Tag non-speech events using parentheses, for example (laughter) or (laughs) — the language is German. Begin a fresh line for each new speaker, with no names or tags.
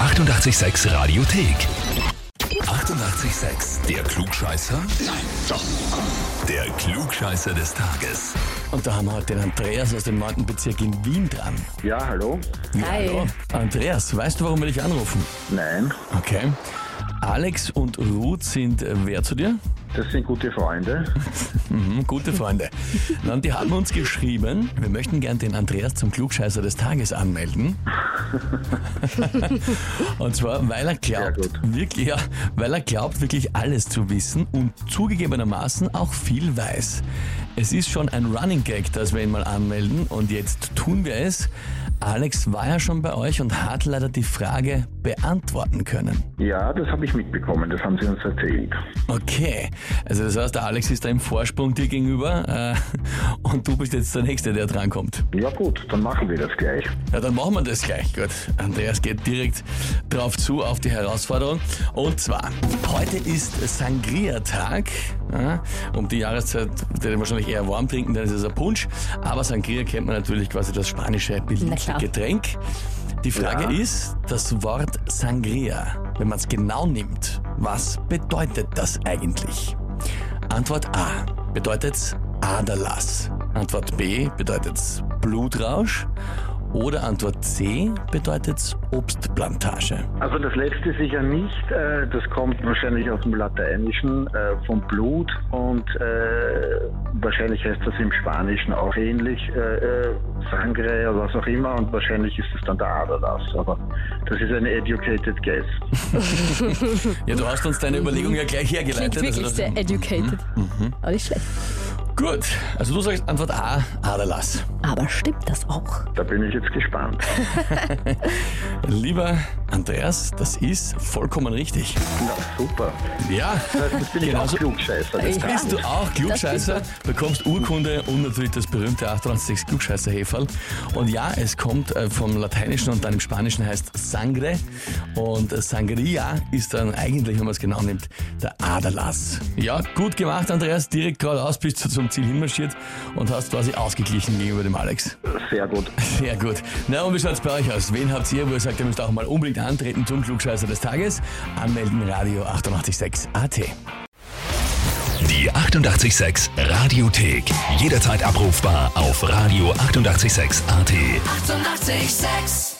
886 Radiothek. 88,6. Der Klugscheißer? Nein, doch. Der Klugscheißer des Tages.
Und da haben wir heute den Andreas aus dem 9. Bezirk in Wien dran.
Ja, hallo?
Hi.
Hallo. Andreas, weißt du, warum wir dich anrufen?
Nein,
Okay. Alex und Ruth sind äh, wer zu dir?
das sind gute Freunde.
Mhm, gute Freunde. Dann, die haben uns geschrieben, wir möchten gern den Andreas zum Klugscheißer des Tages anmelden. und zwar, weil er glaubt,
Sehr
wirklich, ja, weil er glaubt, wirklich alles zu wissen und zugegebenermaßen auch viel weiß. Es ist schon ein Running Gag, dass wir ihn mal anmelden und jetzt tun wir es. Alex war ja schon bei euch und hat leider die Frage beantworten können.
Ja, das habe ich mitbekommen, das haben sie uns erzählt.
Okay, also das heißt, der Alex ist da im Vorsprung dir gegenüber äh, und du bist jetzt der Nächste, der drankommt.
Ja gut, dann machen wir das gleich.
Ja, dann machen wir das gleich. Gut, Andreas geht direkt drauf zu, auf die Herausforderung. Und zwar, heute ist Sangria-Tag. Ja, um die Jahreszeit wird er wahrscheinlich eher warm trinken, dann ist es ein Punsch. Aber Sangria kennt man natürlich quasi das spanische
Na
beliebte
klar.
Getränk. Die Frage
Ja.
ist, das Wort Sangria, wenn man es genau nimmt, was bedeutet das eigentlich? Antwort A bedeutet Aderlass. Antwort B bedeutet Blutrausch. Oder Antwort C bedeutet Obstplantage.
Also das letzte sicher nicht, äh, das kommt wahrscheinlich aus dem Lateinischen, äh, vom Blut und äh, wahrscheinlich heißt das im Spanischen auch ähnlich, äh, äh, Sangre oder was auch immer und wahrscheinlich ist es dann der Aderlass, aber das ist ein educated guess.
Ja, du hast uns deine Überlegung ja gleich
Klingt
hergeleitet.
wirklich
Also mhm. das-
sehr educated. Aber nicht schlecht.
Gut, also du sagst Antwort A, Aderlass.
Aber stimmt das auch?
Da bin ich jetzt gespannt. (laughs)
Lieber Andreas, das ist vollkommen richtig.
Na super,
(laughs) Ja,
das heißt, jetzt bin ich
Genau
auch
so-
klugscheißer. Das
Ja.
kann
(laughs) Bist du auch Klugscheißer, bekommst Urkunde und natürlich das berühmte 886 klugscheißer -Häferl. Und ja, es kommt äh, vom Lateinischen und dann im Spanischen heißt Sangre. Und äh, Sangria ist dann eigentlich, wenn man es genau nimmt, der Aderlass. Ja, gut gemacht, Andreas. Direkt geradeaus bist du zum Ziel hinmarschiert und hast quasi ausgeglichen gegenüber dem Alex. (laughs)
Sehr gut.
Sehr gut. Na und wie schaut's bei euch aus? Wen habt ihr, wo ihr sagt, ihr müsst auch mal unbedingt antreten zum Klugscheißer des Tages? Anmelden Radio 886 AT.
Die 88,6 Radiothek. Jederzeit abrufbar auf radio886.at. 88,6.
Eighty-eight, sex.